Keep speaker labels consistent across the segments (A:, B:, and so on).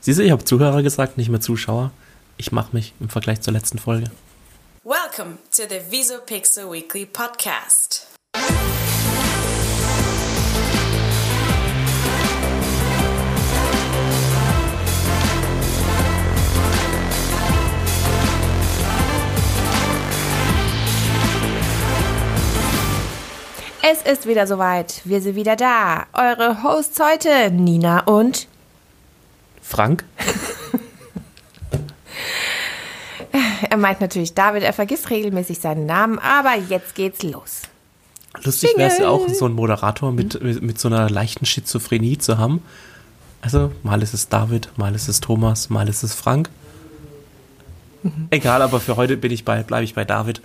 A: Siehst du, ich habe Zuhörer gesagt, nicht mehr Zuschauer. Ich mache mich im Vergleich zur letzten Folge.
B: Welcome to the VisoPixel Weekly Podcast.
C: Es ist wieder soweit. Wir sind wieder da. Eure Hosts heute, Nina und
A: Frank?
C: er meint natürlich David. Er vergisst regelmäßig seinen Namen, aber jetzt geht's los.
A: Lustig wäre es ja auch, so einen Moderator mit, mit, mit so einer leichten Schizophrenie zu haben. Also, mal ist es David, mal ist es Thomas, mal ist es Frank. Egal, aber für heute bin ich bei, bleibe ich bei David.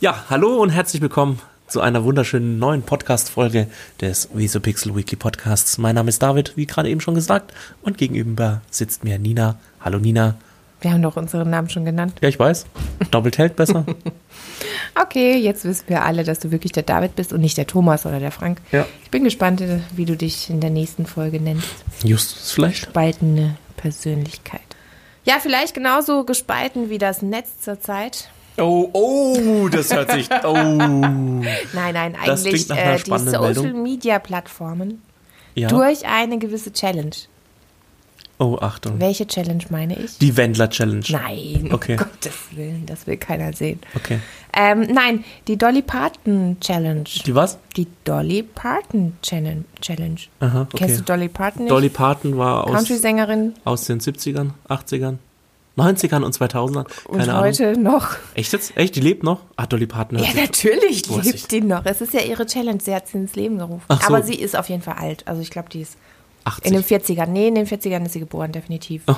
A: Ja, hallo und herzlich willkommen zu einer wunderschönen neuen Podcast-Folge des Visopixel Weekly Podcasts. Mein Name ist David, wie gerade eben schon gesagt, und gegenüber sitzt mir Nina. Hallo Nina.
C: Wir haben doch unseren Namen schon genannt.
A: Ja, ich weiß. Doppelt hält besser.
C: Okay, jetzt wissen wir alle, dass du wirklich der David bist und nicht der Thomas oder der Frank.
A: Ja.
C: Ich bin gespannt, äh, wie du dich in der nächsten Folge nennst.
A: Justus vielleicht?
C: Gespaltene Persönlichkeit. Ja, vielleicht genauso gespalten wie das Netz zurzeit.
A: Oh, oh, das hört sich. Oh.
C: Nein, nein,
A: Das
C: eigentlich
A: klingt nach einer
C: äh, die
A: spannenden
C: Social
A: Meldung.
C: Media Plattformen
A: Ja.
C: durch eine gewisse Challenge.
A: Oh, Achtung.
C: Welche Challenge meine ich?
A: Die Wendler-Challenge.
C: Nein,
A: Okay.
C: um Gottes Willen, das will keiner sehen.
A: Okay.
C: Ähm, nein, die Dolly Parton Challenge.
A: Die was?
C: Die Dolly Parton Challenge. Challenge.
A: Aha, okay.
C: Kennst du Dolly Parton nicht?
A: Dolly Parton war aus,
C: Country-Sängerin
A: aus den 70ern, 80ern, 90ern und 2000ern. Keine
C: und
A: Ahnung.
C: heute noch.
A: Echt jetzt? Echt? Die lebt noch? Ah, Dolly Parton. hört
C: Ja,
A: sich-
C: natürlich
A: Wo ist sie?
C: lebt die noch. Es ist ja ihre Challenge, sie hat sie ins Leben gerufen.
A: Ach so.
C: Aber sie ist auf jeden Fall alt. Also ich glaube, die ist
A: 80.
C: in den 40ern. Nee, in den 40ern ist sie geboren, definitiv.
A: Oh.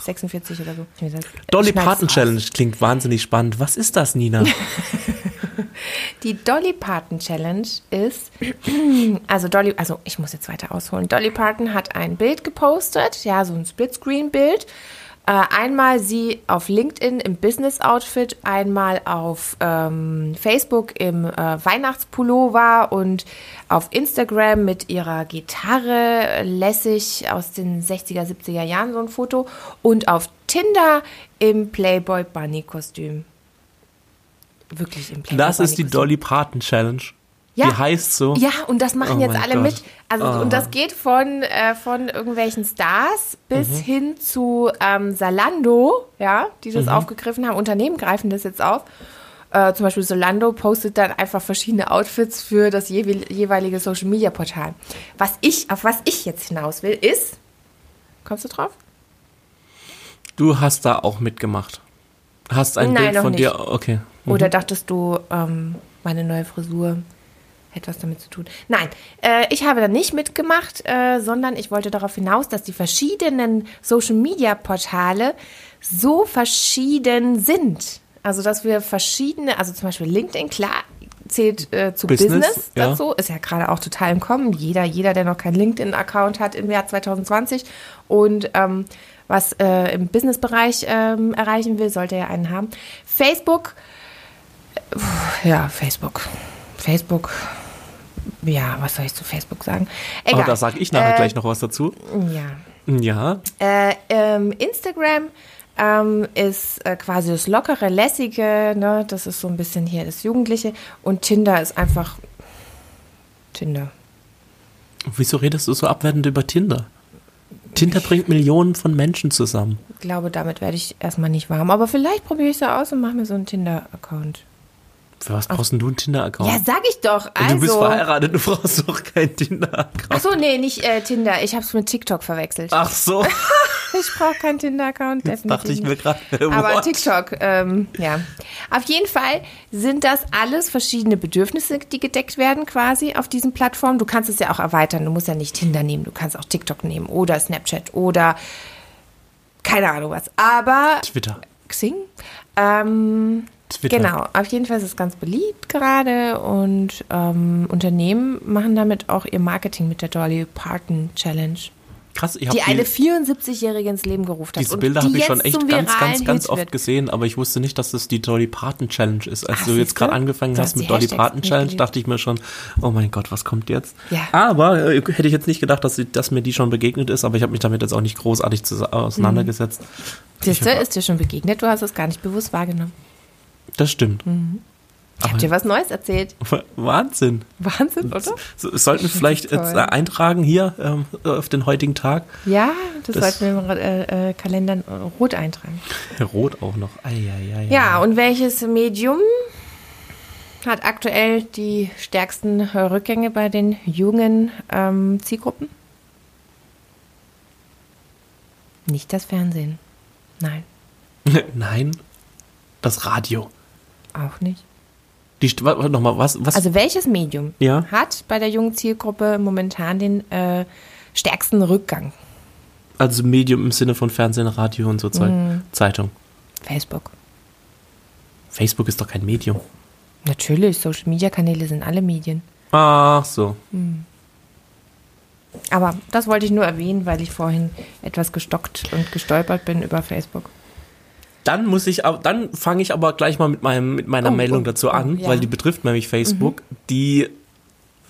C: 46 oder so. Ich mir sag-
A: Dolly
C: schneid's
A: Parton
C: raus.
A: Challenge klingt wahnsinnig spannend. Was ist das, Nina?
C: Die Dolly Parton Challenge ist, also Dolly, also ich muss jetzt weiter ausholen. Dolly Parton hat ein Bild gepostet, ja, so ein Splitscreen-Bild. Äh, einmal sie auf LinkedIn im Business-Outfit, einmal auf ähm, Facebook im äh, Weihnachtspullover und auf Instagram mit ihrer Gitarre äh, lässig aus den 60er, 70er Jahren so ein Foto und auf Tinder im Playboy Bunny-Kostüm. Wirklich im Playboy
A: Das ist die
C: Bunny-Kostüm.
A: Dolly Parton Challenge. Die heißt so.
C: Ja, und das machen
A: Oh
C: jetzt
A: mein
C: alle
A: Gott.
C: mit. Also,
A: Oh.
C: und das geht von, äh, von irgendwelchen Stars bis
A: Mhm.
C: hin zu ähm, Salando, ja, die das
A: Mhm.
C: aufgegriffen haben. Unternehmen greifen das jetzt auf. Äh, zum Beispiel Solando postet dann einfach verschiedene Outfits für das jewe jeweilige Social Media Portal. Was ich, auf was ich jetzt hinaus will, ist. Kommst du drauf?
A: Du hast da auch mitgemacht. Hast ein
C: Nein,
A: Bild
C: noch
A: von dir.
C: nicht.
A: Okay.
C: Oder dachtest du, ähm, meine neue Frisur hätte was damit zu tun? Nein, äh, ich habe da nicht mitgemacht, äh, sondern ich wollte darauf hinaus, dass die verschiedenen Social-Media-Portale so verschieden sind. Also, dass wir verschiedene, also zum Beispiel LinkedIn, klar, zählt äh, zu
A: Business,
C: Business,
A: ja.
C: dazu, ist ja gerade auch total im Kommen. Jeder, jeder, der noch keinen LinkedIn-Account hat im Jahr 2020 und ähm, was äh, im Business-Bereich ähm, erreichen will, sollte ja einen haben. Facebook, ja, Facebook. Facebook. Ja, was soll ich zu Facebook sagen? Egal.
A: Aber da sage ich nachher
C: Äh,
A: gleich noch was dazu.
C: Ja.
A: Ja.
C: Äh, ähm, Instagram ähm, ist äh, quasi das lockere, lässige, ne? Das ist so ein bisschen hier das Jugendliche. Und Tinder ist einfach Tinder.
A: Wieso redest du so abwertend über Tinder? Tinder bringt Millionen von Menschen zusammen.
C: Ich glaube, damit werde ich erstmal nicht warm. Aber vielleicht probiere ich es ja aus und mache mir so einen Tinder-Account.
A: Für was brauchst denn du einen Tinder-Account?
C: Ja, sag ich doch.
A: Wenn
C: Also.
A: Oh. Du bist verheiratet, du brauchst doch keinen Tinder-Account.
C: Achso, nee, nicht äh, Tinder. Ich habe es mit TikTok verwechselt.
A: Ach so,
C: Ich brauche keinen Tinder-Account.
A: dachte
C: definitiv
A: ich mir gerade.
C: Aber
A: what?
C: TikTok, ähm, ja. Auf jeden Fall sind das alles verschiedene Bedürfnisse, die gedeckt werden quasi auf diesen Plattformen. Du kannst es ja auch erweitern. Du musst ja nicht Tinder nehmen. Du kannst auch TikTok nehmen oder Snapchat oder keine Ahnung was. Aber
A: Twitter.
C: Xing? Ähm,
A: Twitter.
C: genau. Auf jeden Fall ist es ganz beliebt gerade und ähm, Unternehmen machen damit auch ihr Marketing mit der Dolly Parton Challenge.
A: Krass, ich habe
C: die eine
A: die,
C: 74-Jährige ins Leben gerufen hat.
A: diese
C: und
A: Bilder
C: die
A: habe ich schon
C: jetzt
A: echt
C: zum
A: ganz, ganz,
C: viralen
A: ganz
C: Hit
A: oft
C: wird.
A: gesehen, aber ich wusste nicht, dass es die Dolly Parton Challenge ist. Als
C: Ach,
A: du jetzt
C: siehste?
A: gerade angefangen
C: Du
A: hast
C: hast
A: mit
C: die
A: Dolly
C: Hashtags
A: Parton
C: nicht
A: Challenge,
C: gelesen.
A: dachte ich mir schon, oh mein Gott, was kommt jetzt?
C: Ja.
A: Aber äh, hätte ich jetzt nicht gedacht, dass, sie, dass mir die schon begegnet ist, aber ich habe mich damit jetzt auch nicht großartig zus-
C: Mhm.
A: auseinandergesetzt.
C: Siehste,
A: Ich-
C: ist dir schon begegnet, du hast es gar nicht bewusst wahrgenommen.
A: Das stimmt.
C: Mhm. Ich habe dir was Neues erzählt.
A: Wahnsinn.
C: Wahnsinn, oder?
A: So- Sollten wir vielleicht
C: toll.
A: jetzt äh, eintragen hier ähm, auf den heutigen Tag.
C: Ja, das,
A: Das-
C: sollten wir im äh, äh, Kalender äh, rot eintragen.
A: Rot auch noch. Eieiei.
C: Ja, und welches Medium hat aktuell die stärksten äh, Rückgänge bei den jungen ähm, Zielgruppen? Nicht das Fernsehen. Nein,
A: Nein, das Radio.
C: auch nicht.
A: Die St- wa- wa- noch mal, was, was?
C: Also welches Medium
A: Ja.
C: hat bei der jungen Zielgruppe momentan den äh, stärksten Rückgang?
A: Also Medium im Sinne von Fernsehen, Radio und so Zeug.
C: Mhm.
A: Zeitung.
C: Facebook.
A: Facebook ist doch kein Medium.
C: Natürlich, Social-Media-Kanäle sind alle Medien.
A: Ach so.
C: Aber das wollte ich nur erwähnen, weil ich vorhin etwas gestockt und gestolpert bin über Facebook.
A: Dann muss ich, au- dann fange ich aber gleich mal mit meinem, mit meiner
C: Oh,
A: Meldung
C: oh,
A: dazu an,
C: oh, ja. Mhm.
A: weil die betrifft nämlich Facebook, die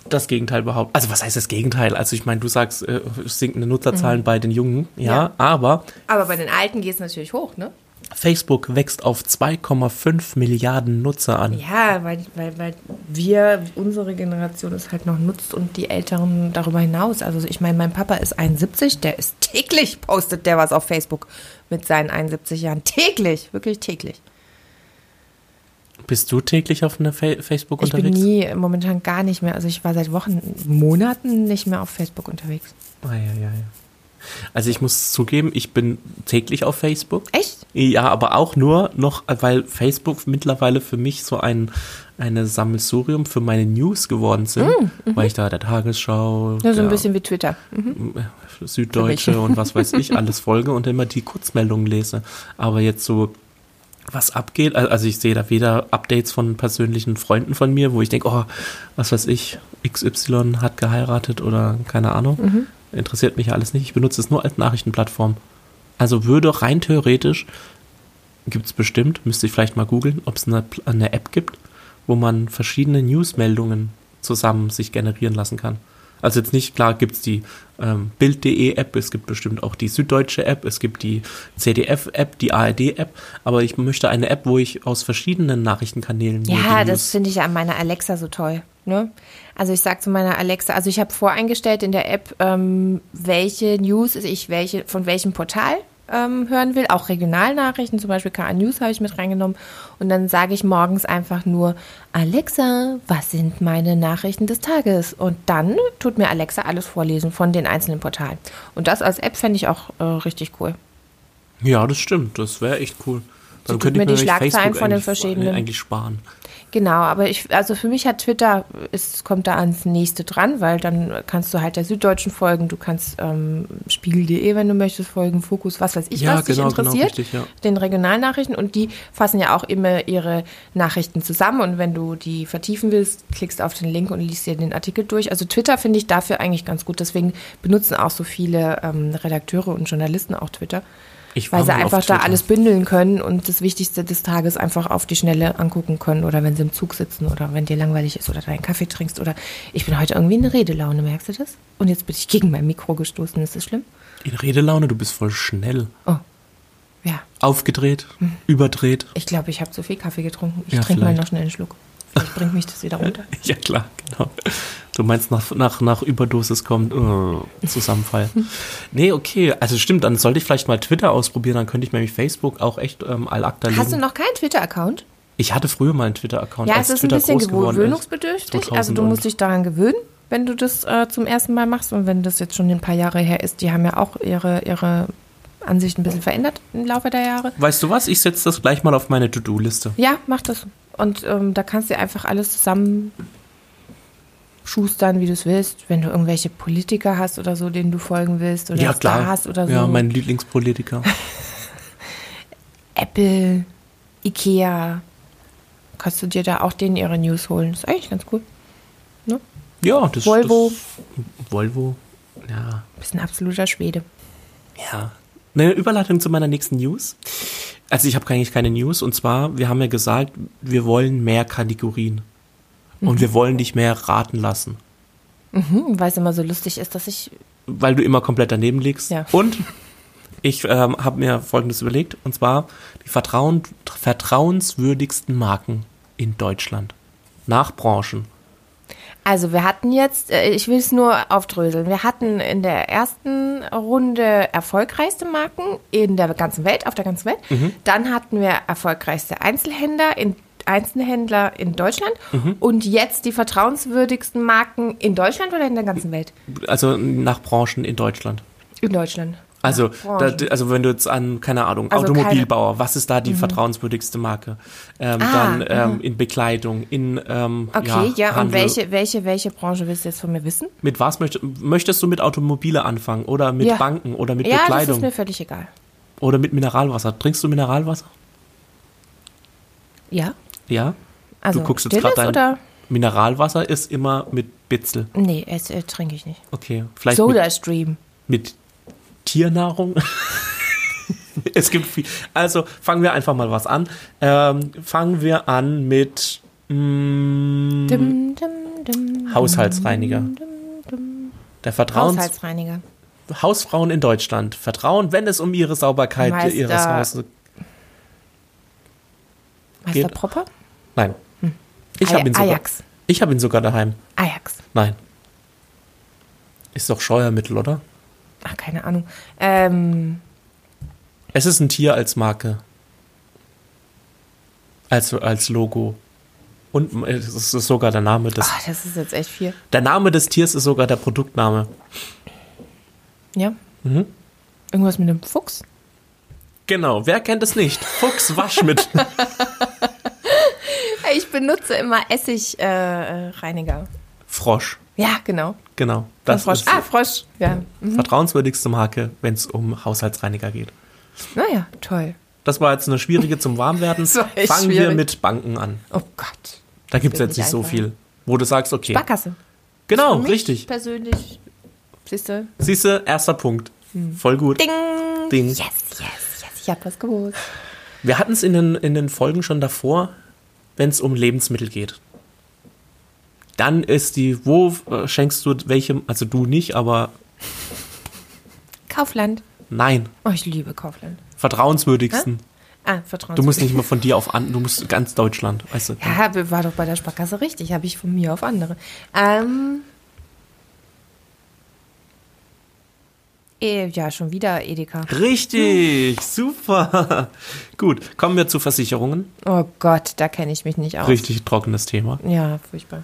A: das Gegenteil behauptet. Also was heißt das Gegenteil? Also ich meine, du sagst äh, sinkende Nutzerzahlen bei den Jungen, ja,
C: Mhm. Ja.
A: aber
C: Aber bei den Alten geht es natürlich hoch, ne?
A: Facebook wächst auf 2,5 Milliarden Nutzer an.
C: Ja, weil, weil, weil wir, unsere Generation es halt noch nutzt und die Älteren darüber hinaus. Also ich meine, mein Papa ist 71, der ist täglich, postet der was auf Facebook mit seinen 71 Jahren. Täglich, wirklich täglich.
A: Bist du täglich auf einer Fa Facebook
C: Ich bin
A: unterwegs?
C: nie, momentan gar nicht mehr, also ich war seit Wochen, Monaten nicht mehr auf Facebook unterwegs.
A: Ah, ja, ja, ja. Also ich muss zugeben, ich bin täglich auf Facebook.
C: Echt?
A: Ja, aber auch nur noch, weil Facebook mittlerweile für mich so ein eine Sammelsurium für meine News geworden sind, weil ich da der Tagesschau,
C: Nur Hm, mhm. so ein
A: der
C: bisschen wie Twitter.
A: äh, Süddeutsche
C: Für
A: und was weiß ich alles folge und immer die Kurzmeldungen lese. Aber jetzt so was abgeht, al- also ich sehe da weder Updates von persönlichen Freunden von mir, wo ich denke, oh, was weiß ich, XY hat geheiratet oder keine Ahnung. Interessiert mich ja alles nicht. Ich benutze es nur als Nachrichtenplattform. Also würde rein theoretisch, gibt es bestimmt, müsste ich vielleicht mal googeln, ob es eine, Pl- eine App gibt, wo man verschiedene Newsmeldungen zusammen sich generieren lassen kann. Also jetzt nicht, klar gibt es die ähm, Bild.de App, es gibt bestimmt auch die Süddeutsche App, es gibt die CDF App, die ARD App, aber ich möchte eine App, wo ich aus verschiedenen Nachrichtenkanälen mir
C: Ja,
A: die
C: das
A: News-
C: finde ich an meiner Alexa so toll. Ne? Also ich sage zu meiner Alexa, also ich habe voreingestellt in der App, ähm, welche News ich welche von welchem Portal ähm, hören will, auch Regionalnachrichten, zum Beispiel KA News habe ich mit reingenommen. Und dann sage ich morgens einfach nur, Alexa, was sind meine Nachrichten des Tages? Und dann tut mir Alexa alles vorlesen von den einzelnen Portalen. Und das als App fände ich auch äh, richtig cool.
A: ja, das stimmt, das wäre echt cool. Dann
C: tut
A: könnte
C: mir
A: ich mir
C: die
A: nämlich
C: Schlagzeilen
A: Facebook
C: von den
A: eigentlich-
C: verschiedenen-
A: eigentlich sparen.
C: Genau, aber ich, also für mich hat Twitter, es kommt da ans nächste dran, weil dann kannst du halt der Süddeutschen folgen, du kannst ähm, Spiegel.de, wenn du möchtest, folgen, Fokus, was weiß ich,
A: Ja,
C: was
A: genau,
C: dich
A: genau,
C: interessiert,
A: richtig, ja.
C: den Regionalnachrichten und die fassen ja auch immer ihre Nachrichten zusammen und wenn du die vertiefen willst, klickst auf den Link und liest dir den Artikel durch. Also Twitter finde ich dafür eigentlich ganz gut, deswegen benutzen auch so viele ähm, Redakteure und Journalisten auch Twitter.
A: Ich war
C: Weil sie
A: mal auf
C: einfach da
A: Twitter.
C: alles bündeln können und das Wichtigste des Tages einfach auf die Schnelle angucken können oder wenn sie im Zug sitzen oder wenn dir langweilig ist oder deinen Kaffee trinkst oder ich bin heute irgendwie in Redelaune, merkst du das? Und jetzt bin ich gegen mein Mikro gestoßen, ist das schlimm?
A: In Redelaune, du bist voll schnell.
C: Ja,
A: Aufgedreht,
C: Hm.
A: überdreht.
C: ich glaube, ich habe zu viel Kaffee getrunken. Ich
A: Ja,
C: trinke mal
A: vielleicht.
C: noch schnell einen Schluck. Vielleicht bringt mich das wieder runter.
A: Ja, klar, genau. Du meinst, nach, nach, nach Überdosis kommt äh, Zusammenfall. nee, okay, also stimmt, dann sollte ich vielleicht mal Twitter ausprobieren, dann könnte ich nämlich Facebook auch echt ähm, all acta legen.
C: Hast du noch keinen Twitter-Account?
A: ich hatte früher mal einen Twitter-Account,
C: Ja,
A: als
C: es ist ein
A: Twitter
C: bisschen
A: groß geworden ist.
C: gewöhnungsbedürftig. Also du musst dich daran gewöhnen, wenn du das äh, zum ersten Mal machst und wenn das jetzt schon ein paar Jahre her ist. Die haben ja auch ihre, ihre Ansicht ein bisschen verändert im Laufe der Jahre.
A: Weißt du was, ich setze das gleich mal auf meine To-Do-Liste.
C: Ja, mach das. Und ähm, da kannst du einfach alles zusammen schustern, wie du es willst. Wenn du irgendwelche Politiker hast oder so, denen du folgen willst oder
A: ja, klar.
C: Stars oder so.
A: Ja, mein Lieblingspolitiker.
C: Apple, Ikea. Kannst du dir da auch denen ihre ne? News holen. Ist eigentlich ganz cool.
A: Ja, das
C: Volvo.
A: Das, Volvo. Ja,
C: Bist ein absoluter Schwede.
A: Ja. Eine Überleitung zu meiner nächsten News. Also ich habe eigentlich keine News und zwar, wir haben ja gesagt, wir wollen mehr Kategorien. Und wir wollen dich mehr raten lassen.
C: Mhm, weil es immer so lustig ist, dass ich.
A: Weil du immer komplett daneben liegst.
C: Ja.
A: Und ich ähm, habe mir folgendes überlegt, und zwar die vertrauen, vertrauenswürdigsten Marken in Deutschland. Nach Branchen.
C: Also wir hatten jetzt, äh, ich will es nur aufdröseln, wir hatten in der ersten Runde erfolgreichste Marken in der ganzen Welt, auf der ganzen Welt. Dann hatten wir erfolgreichste Einzelhändler in Einzelhändler in Deutschland und jetzt die vertrauenswürdigsten Marken in Deutschland oder in der ganzen Welt?
A: Also nach Branchen in Deutschland.
C: In Deutschland.
A: Also, da,
C: Branchen.
A: also wenn du jetzt an, keine Ahnung,
C: Also Mhm.
A: Automobilbauer, was ist da die vertrauenswürdigste Marke? Ähm,
C: Ah,
A: dann ähm, in Bekleidung, in ähm,
C: Okay, ja, und
A: Handel.
C: welche, welche, welche Branche willst du jetzt von mir wissen?
A: Mit was möchtest, möchtest du mit Automobile anfangen? Oder mit
C: Ja.
A: Banken oder mit
C: ja, das ist
A: Bekleidung?
C: mir völlig egal.
A: Oder mit Mineralwasser? Trinkst du Mineralwasser?
C: Ja?
A: Ja?
C: Also
A: du guckst jetzt gerade
C: stilles
A: dein
C: oder?
A: Mineralwasser ist immer mit Bitzel.
C: Nee, es äh, trinke ich nicht.
A: Okay. Vielleicht mit,
C: Soda Stream.
A: mit Tiernahrung? es gibt viel. Also fangen wir einfach mal was an. Ähm, fangen wir an mit mh,
C: Dim, dim, dim.
A: Haushaltsreiniger. Der Vertrauens
C: Haushaltsreiniger.
A: Hausfrauen in Deutschland vertrauen, wenn es um ihre Sauberkeit
C: Meister-
A: ihres Hauses.
C: Meister
A: Geht-
C: Propper?
A: Nein. Ich habe ihn sogar.
C: Hm. Ajax.
A: Ich habe ihn sogar daheim.
C: Ajax.
A: Nein. Ist doch Scheuermittel, oder?
C: Ach, keine Ahnung. Ähm,
A: Es ist ein Tier als Marke. Als, als Logo. Und es ist sogar der Name des.
C: ah, das ist jetzt echt viel.
A: Der Name des Tiers ist sogar der Produktname.
C: Ja.
A: Mhm.
C: Irgendwas mit einem Fuchs?
A: Genau, wer kennt es nicht? Fuchs Waschmittel.
C: Ich benutze immer Essigreiniger.
A: Frosch.
C: ja, genau.
A: Genau.
C: Von
A: Das
C: Frosch.
A: ist
C: Ah, Frosch. Ja.
A: Mhm. vertrauenswürdigste Marke, wenn es um Haushaltsreiniger geht.
C: Naja, toll.
A: Das war jetzt eine schwierige zum Warmwerden.
C: Das war echt
A: Fangen wir
C: schwierig.
A: mit Banken an.
C: Oh Gott.
A: Da gibt es
C: Wird
A: jetzt
C: nicht
A: nicht so
C: einfach.
A: viel, wo du sagst, okay.
C: Sparkasse.
A: Genau,
C: Für mich
A: richtig.
C: Persönlich. Siehst du?
A: Siehst du, erster Punkt. Voll gut.
C: Hm.
A: Ding.
C: Ding. Yes, yes, yes. Ich hab was gewusst.
A: Wir hatten es in den, in den Folgen schon davor, wenn es um Lebensmittel geht. Dann ist die, wo äh, schenkst du welchem, also du nicht, aber
C: Kaufland.
A: nein,
C: Oh, ich liebe Kaufland.
A: vertrauenswürdigsten.
C: Ah, Vertrauen.
A: Du musst nicht mal von dir auf an, du musst ganz Deutschland, weißt du.
C: Ja, hab- war doch bei der Sparkasse richtig. Habe ich von mir auf andere. Ähm. Eh, ja, schon wieder Edeka.
A: Richtig, super. Gut, kommen wir zu Versicherungen.
C: Oh Gott, da kenne ich mich nicht aus.
A: Richtig trockenes Thema.
C: Ja, furchtbar.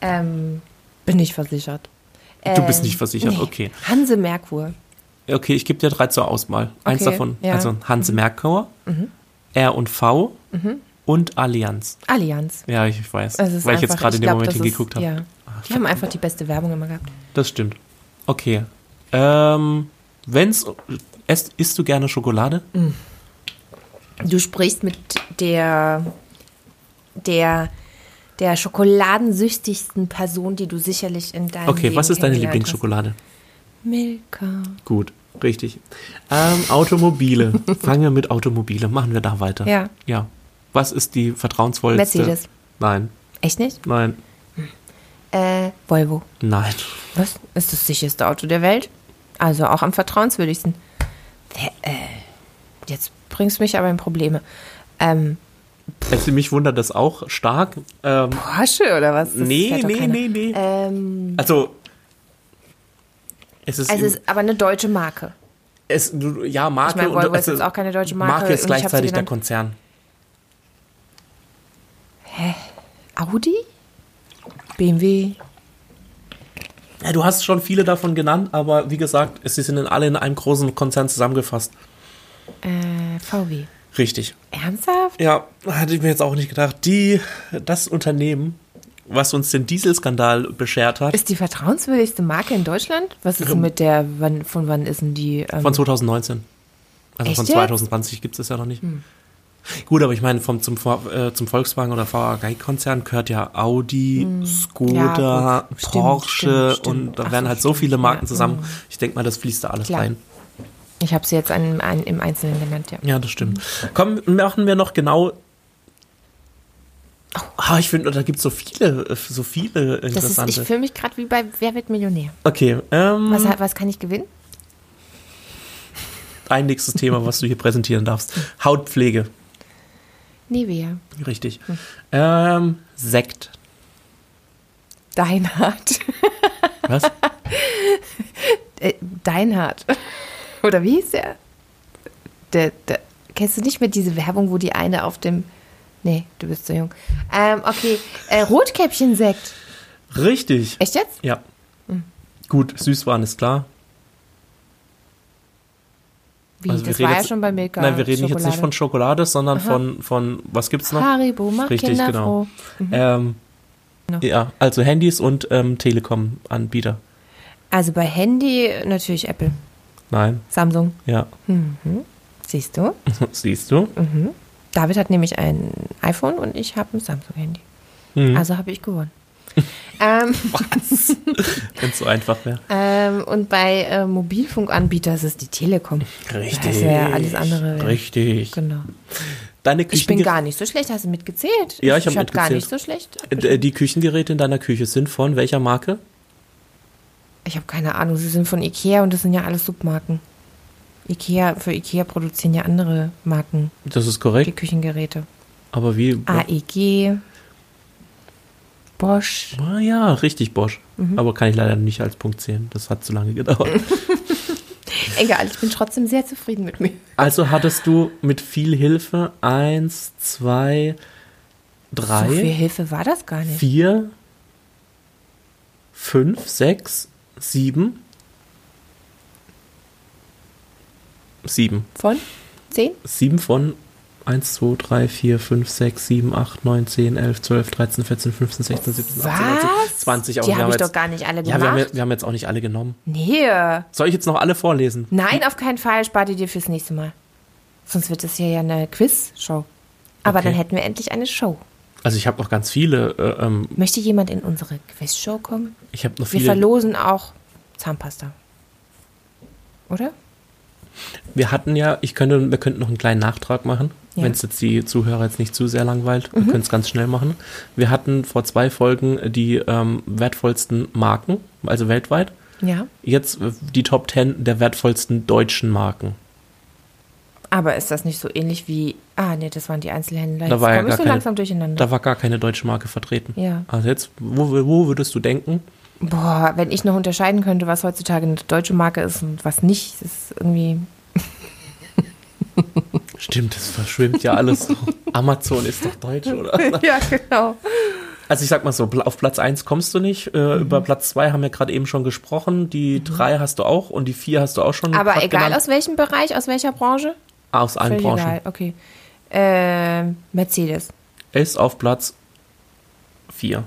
C: Ähm, bin nicht versichert.
A: Du bist
C: Ähm,
A: nicht versichert, okay.
C: Hanse Merkur.
A: Okay, ich gebe dir drei zur Auswahl. Eins
C: Okay,
A: davon,
C: ja. Mhm.
A: also Hanse Merkur, R und V und Allianz.
C: Allianz.
A: Ja, ich ich weiß,
C: Mhm. Es ist
A: weil ich
C: einfach,
A: jetzt gerade in dem
C: glaub,
A: Moment
C: das ist-
A: hingeguckt habe.
C: Ja. Die haben einfach die beste Werbung immer gehabt.
A: Das stimmt. Okay. Ähm, wenn's esst, isst du gerne Schokolade?
C: Du sprichst mit der, der, der schokoladensüchtigsten Person, die du sicherlich in deinem
A: Okay,
C: Leben
A: was ist deine
C: kennengelernt hast.
A: Lieblingsschokolade?
C: Milka.
A: Gut, richtig. Ähm, Automobile. Fangen wir mit Automobile. Machen wir da weiter.
C: Ja.
A: Ja. Was ist die vertrauensvollste?
C: Mercedes.
A: Nein,
C: Echt nicht?
A: nein,
C: Äh, Volvo.
A: nein.
C: Was? Ist das sicherste Auto der Welt? Also auch am vertrauenswürdigsten. Wer, äh, jetzt bringst du mich aber in Probleme. Ähm,
A: Also mich wundert das auch stark. Ähm,
C: Porsche oder was? Das
A: Nee,
C: fährt doch
A: nee,
C: keiner.
A: nee, nee.
C: Ähm,
A: Also, es ist,
C: also
A: im-
C: es ist aber eine deutsche Marke.
A: es, du- ja, Marke.
C: meine, Volvo
A: und,
C: ist jetzt auch keine deutsche Marke
A: Marke ist
C: und ich hab sie
A: gleichzeitig der
C: genannt.
A: Konzern.
C: Audi? BMW?
A: Ja, du hast schon viele davon genannt, aber wie gesagt, es- sie sind in alle in einem großen Konzern zusammengefasst.
C: Äh, VW.
A: Richtig.
C: Ernsthaft?
A: Ja, hatte ich mir jetzt auch nicht gedacht. Die, das Unternehmen, was uns den Dieselskandal beschert hat,
C: Ist die vertrauenswürdigste Marke in Deutschland? Was ist denn mit der, wann, von wann ist denn die? Ähm,
A: von 2019. Also
C: Echt
A: von
C: jetzt? Hm.
A: 2020 gibt es ja noch nicht. Gut, aber ich meine, vom, zum, Vor- äh, zum Volkswagen oder VW-Konzern gehört ja Audi,
C: Hm. Ja,
A: Skoda,
C: gut. Stimmt,
A: Porsche
C: stimmt, stimmt.
A: und da
C: Ach
A: werden
C: so,
A: halt so
C: stimmt.
A: viele Marken
C: Ja, hm.
A: zusammen. Ich denke mal, das fließt da alles
C: Klar.
A: rein.
C: Ich habe sie jetzt an, an, im Einzelnen genannt, ja.
A: Ja, das stimmt.
C: Hm.
A: Komm, machen wir noch genau. Ah, ich finde, da gibt es so viele, äh, so viele
C: Das ist, ich
A: interessante.
C: fühle mich gerade wie bei Wer wird Millionär?
A: okay, ähm,
C: Was, was kann ich gewinnen?
A: dein nächstes Thema, was du hier präsentieren darfst. Hautpflege,
C: Nivea.
A: richtig. Ähm, Sekt.
C: Deinhard.
A: Was?
C: Äh, Deinhard. Oder wie hieß der? Der, der? Kennst du nicht mehr diese Werbung, wo die eine auf dem. Nee, du bist zu jung. Ähm, okay, äh, Rotkäppchensekt.
A: richtig.
C: Echt jetzt?
A: Ja. Gut, Süßwaren ist klar.
C: Wie?
A: Also wir
C: das
A: reden
C: war ja
A: jetzt-
C: schon bei Milka.
A: Nein, wir reden jetzt nicht von
C: Schokolade.
A: Schokolade, sondern von, von, was gibt's noch?
C: Haribo, macht
A: Richtig,
C: Kinder
A: genau.
C: froh.
A: Ähm,
C: Mhm. Noch.
A: ja, also Handys und ähm, Telekom-Anbieter.
C: Also bei Handy natürlich Apple,
A: Nein,
C: Samsung.
A: ja.
C: Siehst du?
A: Siehst du?
C: David hat nämlich ein iPhone und ich habe ein Samsung-Handy.
A: Mhm.
C: Also habe ich gewonnen. ähm,
A: Wenn es so einfach wäre.
C: ähm, und bei äh, Mobilfunkanbietern ist es die Telekom. Das wäre alles andere. wär-
A: Richtig.
C: Genau.
A: Deine
C: Ich bin
A: Küchengerä-
C: gar nicht so schlecht. Hast du mitgezählt?
A: Ja, ich hab
C: hatte
A: mitgezählt.
C: gar
A: Äh,
C: nicht so schlecht.
A: D- Die Küchengeräte in deiner Küche sind von welcher Marke?
C: Ich habe keine Ahnung. Sie sind von Ikea und das sind ja alles Submarken. Ikea, für Ikea produzieren ja andere Marken
A: Das ist
C: die
A: korrekt.
C: Küchengeräte.
A: Aber wie?
C: Ah, AEG, Bosch.
A: Ah ja, richtig, Bosch.
C: Mhm.
A: Aber kann ich leider nicht als Punkt zählen. Das hat zu lange gedauert.
C: Egal, ich bin trotzdem sehr zufrieden mit mir.
A: Also hattest du mit viel Hilfe eins, zwei,
C: So viel
A: drei,
C: Hilfe war das gar nicht.
A: vier, fünf, sechs, sieben. Sieben.
C: Von zehn?
A: Sieben von 1, 2, 3, 4, 5, 6, 7, 8, 9, 10, 11, 12, 13, 14, 15, 16, 17, 18, 19,
C: Was?
A: 20.
C: Die
A: wir
C: habe
A: haben
C: ich
A: jetzt-
C: doch gar nicht alle
A: Ja, wir haben,
C: gemacht.
A: jetzt- wir haben jetzt auch nicht alle genommen.
C: Nee.
A: Soll ich jetzt noch alle vorlesen?
C: Nein, auf keinen Fall. Spart ihr dir fürs nächste Mal. Sonst wird das hier ja eine Quiz-Show. Aber
A: Okay.
C: dann hätten wir endlich eine Show.
A: Also ich habe noch ganz viele. Äh, ähm,
C: Möchte jemand in unsere Quiz-Show kommen?
A: ich habe noch
C: Wir
A: viele.
C: verlosen auch Zahnpasta. Oder?
A: Wir hatten ja, ich könnte, wir könnten noch einen kleinen Nachtrag machen,
C: Ja. Mhm.
A: wenn es jetzt die Zuhörer jetzt nicht zu sehr langweilt. Wir können es ganz schnell machen. Wir hatten vor zwei Folgen die ähm, wertvollsten Marken, also weltweit.
C: Ja.
A: Jetzt äh, die Top 10 der wertvollsten deutschen Marken.
C: Aber ist das nicht so ähnlich wie. Ah, nee, das waren die Einzelhändler.
A: Da
C: Jetzt
A: war ja
C: komme ich
A: gar
C: so
A: keine-
C: langsam durcheinander.
A: Da war gar keine deutsche Marke vertreten.
C: Ja.
A: Also jetzt, wo, wo würdest du denken?
C: Boah, wenn ich noch unterscheiden könnte, was heutzutage eine deutsche Marke ist und was nicht, das ist irgendwie.
A: Stimmt, das verschwimmt ja alles. so. Amazon ist doch deutsch, oder?
C: ja, genau.
A: Also ich sag mal so, pl- auf Platz 1 kommst du nicht. Äh,
C: Mhm.
A: Über Platz 2 haben wir gerade eben schon gesprochen. Die 3 hast du auch und die 4 hast du auch schon
C: Aber
A: grad
C: egal
A: genannt.
C: aus welchem Bereich, aus welcher Branche?
A: aus allen
C: Völlig
A: Branchen.
C: egal, okay. Ähm, Mercedes,
A: Ist auf Platz 4.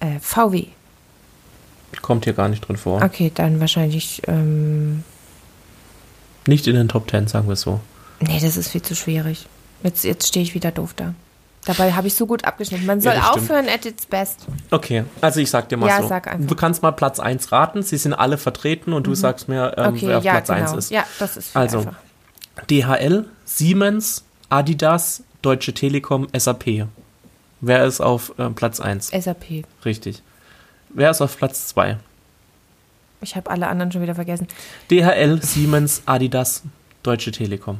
C: äh, VW.
A: Kommt hier gar nicht drin vor.
C: Okay, dann wahrscheinlich. Ähm,
A: Nicht in den Top 10, sagen wir es so.
C: nee, das ist viel zu schwierig. Jetzt, jetzt stehe ich wieder doof da. Dabei habe ich so gut abgeschnitten. Man soll
A: das stimmt.
C: aufhören at its best.
A: Okay, also ich sag dir mal
C: Ja,
A: so.
C: sag einfach. Mhm.
A: Du kannst mal Platz 1 raten. Sie sind alle vertreten und du sagst mir, ähm,
C: Okay,
A: wer auf
C: ja,
A: Platz 1
C: genau.
A: ist.
C: Ja, das ist viel
A: Also,
C: einfach.
A: DHL, Siemens, Adidas, Deutsche Telekom, SAP. Wer ist auf äh, Platz 1?
C: SAP.
A: Richtig. Wer ist auf Platz 2?
C: Ich habe alle anderen schon wieder vergessen.
A: DHL, Siemens, Adidas, Deutsche Telekom.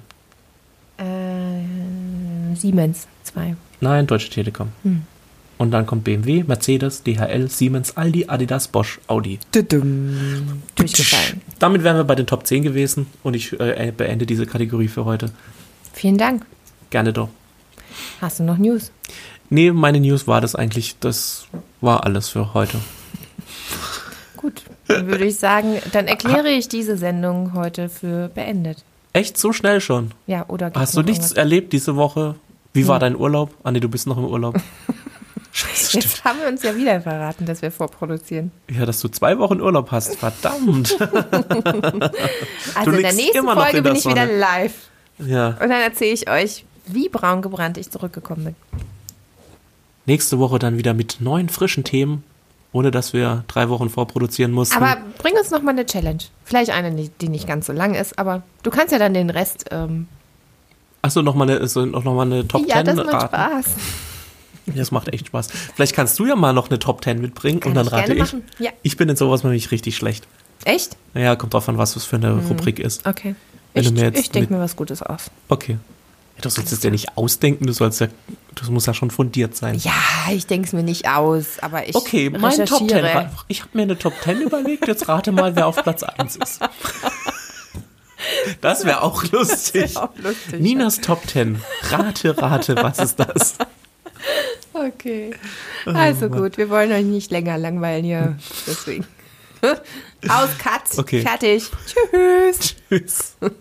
C: Äh, Siemens 2.
A: Nein, Deutsche Telekom. Und dann kommt BMW, Mercedes, DHL, Siemens, Aldi, Adidas, Bosch, Audi.
C: Durchgefallen.
A: Damit wären wir bei den Top 10 gewesen und ich äh, beende diese Kategorie für heute.
C: Vielen Dank.
A: Gerne doch.
C: Hast du noch News?
A: Nee, meine News war das eigentlich. Das war alles für heute.
C: Gut. Dann würde ich sagen, dann erkläre ich diese Sendung heute für beendet.
A: Echt so schnell schon?
C: Ja, oder gibt's
A: Hast du
C: noch
A: nichts
C: irgendwas?
A: erlebt diese Woche? Wie war dein Urlaub? Ah, nee, du bist noch im Urlaub. Scheiße, stimmt.
C: Jetzt haben wir uns ja wieder verraten, dass wir vorproduzieren.
A: Ja, dass du zwei Wochen Urlaub hast. Verdammt.
C: Also in der
A: liegst
C: nächsten
A: immer noch
C: Folge
A: in
C: bin
A: der
C: ich wieder
A: Sonne.
C: live.
A: Ja.
C: Und dann erzähle ich euch, wie braun gebrannt ich zurückgekommen bin.
A: Nächste Woche dann wieder mit neuen frischen Themen, ohne dass wir drei Wochen vorproduzieren mussten.
C: Aber bring uns noch mal eine Challenge. Vielleicht eine, die- die nicht ganz so lang ist, aber du kannst ja dann den Rest. Ähm,
A: Achso, nochmal eine, so, noch mal eine Top
C: ja,
A: 10
C: das macht
A: raten.
C: Spaß.
A: Das macht echt Spaß. Vielleicht kannst du ja mal noch eine Top 10 mitbringen
C: Kann
A: und dann
C: ich
A: rate
C: gerne
A: ich.
C: machen, ja.
A: Ich bin in sowas nämlich richtig schlecht.
C: Echt?
A: Naja, kommt drauf an, was das für eine
C: Mhm.
A: Rubrik ist.
C: Okay.
A: Wenn
C: Ich,
A: du mir jetzt
C: ich denke
A: mit-
C: mir was Gutes aus.
A: Okay. Ja, du sollst es dir nicht ausdenken, du sollst ja, das muss ja schon fundiert sein.
C: Ja, ich denke es mir nicht aus, aber ich
A: Okay, mein
C: recherchiere.
A: Top 10. Ra- Ich habe mir eine Top 10 überlegt, jetzt rate mal, wer auf Platz 1 ist. Das wäre auch lustig.
C: Auch lustig.
A: Ninas Top 10. Rate, rate, was ist das?
C: Okay.
A: Oh
C: Also gut, wir wollen euch nicht länger langweilen hier. Deswegen. Aus, Katz.
A: Okay.
C: Fertig. Tschüss.
A: Tschüss.